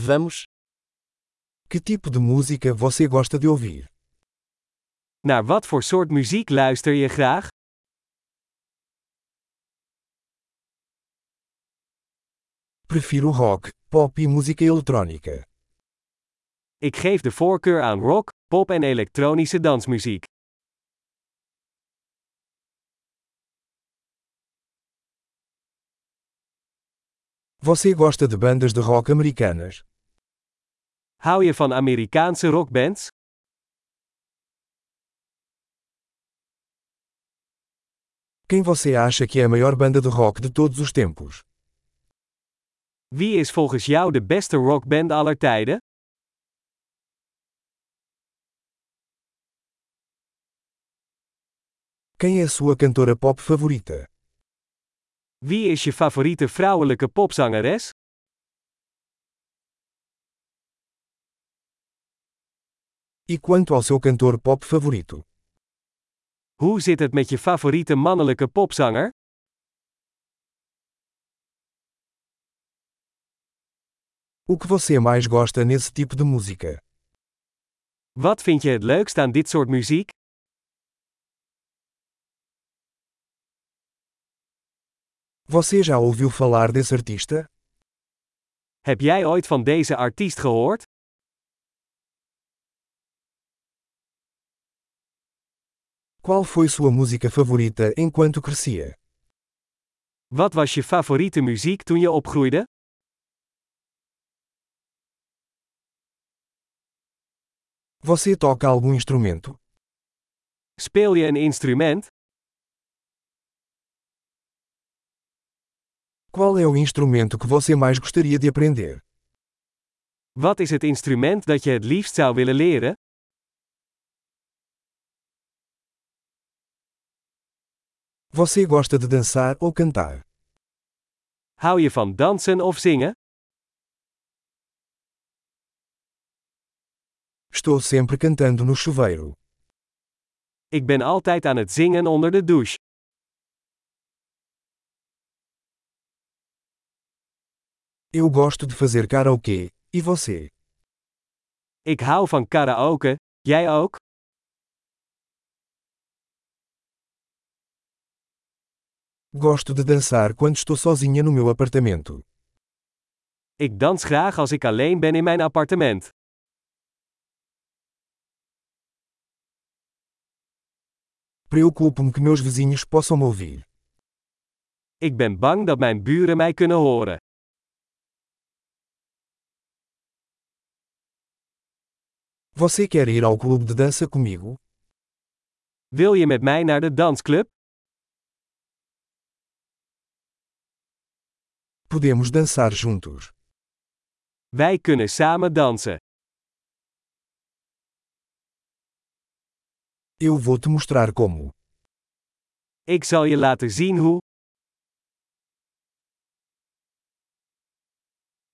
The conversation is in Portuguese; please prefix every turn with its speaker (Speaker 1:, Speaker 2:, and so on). Speaker 1: Vamos.
Speaker 2: Que tipo de música você gosta de ouvir?
Speaker 1: Naar wat voor soort muziek luister je graag?
Speaker 2: Prefiro rock, pop e música eletrônica.
Speaker 1: Ik geef de voorkeur aan rock, pop en elektronische dansmuziek.
Speaker 2: Você gosta de bandas de rock americanas?
Speaker 1: Hou je van Amerikaanse rockbands?
Speaker 2: Quem você acha que é a maior banda de rock de todos os tempos?
Speaker 1: Wie is volgens jou de beste rockband aller tijden?
Speaker 2: Quem é sua cantora pop favorita?
Speaker 1: Wie is je favoriete vrouwelijke popzangeres?
Speaker 2: E quanto ao seu cantor pop favorito?
Speaker 1: Hoe zit het met je favoriete mannelijke popzanger?
Speaker 2: O que você mais gosta nesse tipo de música?
Speaker 1: Wat vind je het leukst aan dit soort muziek?
Speaker 2: Você já ouviu falar desse artista?
Speaker 1: Heb jij ooit van deze artiest gehoord?
Speaker 2: Qual foi sua música favorita enquanto crescia?
Speaker 1: Wat was je favoriete muziek toen je opgroeide?
Speaker 2: Você toca algum instrumento?
Speaker 1: Speel je een instrument?
Speaker 2: Qual é o instrumento que você mais gostaria de aprender?
Speaker 1: Wat is het instrument dat je het liefst zou willen leren?
Speaker 2: Você gosta de dançar ou cantar?
Speaker 1: Hou je van dansen of zingen?
Speaker 2: Estou sempre cantando no chuveiro.
Speaker 1: Ik ben altijd aan het zingen onder de douche.
Speaker 2: Eu gosto de fazer karaokê. E você?
Speaker 1: Ik hou van karaoke, jij ook?
Speaker 2: Gosto de dançar quando estou sozinha no meu apartamento.
Speaker 1: Ik dans graag als ik alleen ben in mijn appartement.
Speaker 2: Preocupo-me que meus vizinhos possam me ouvir.
Speaker 1: Ik ben bang dat mijn buren mij kunnen horen.
Speaker 2: Você quer ir ao clube de dança comigo?
Speaker 1: Wil je met mij naar de dansclub?
Speaker 2: Podemos dançar juntos.
Speaker 1: Wij kunnen samen dansen.
Speaker 2: Eu vou te mostrar como.
Speaker 1: Ik zal je laten zien hoe.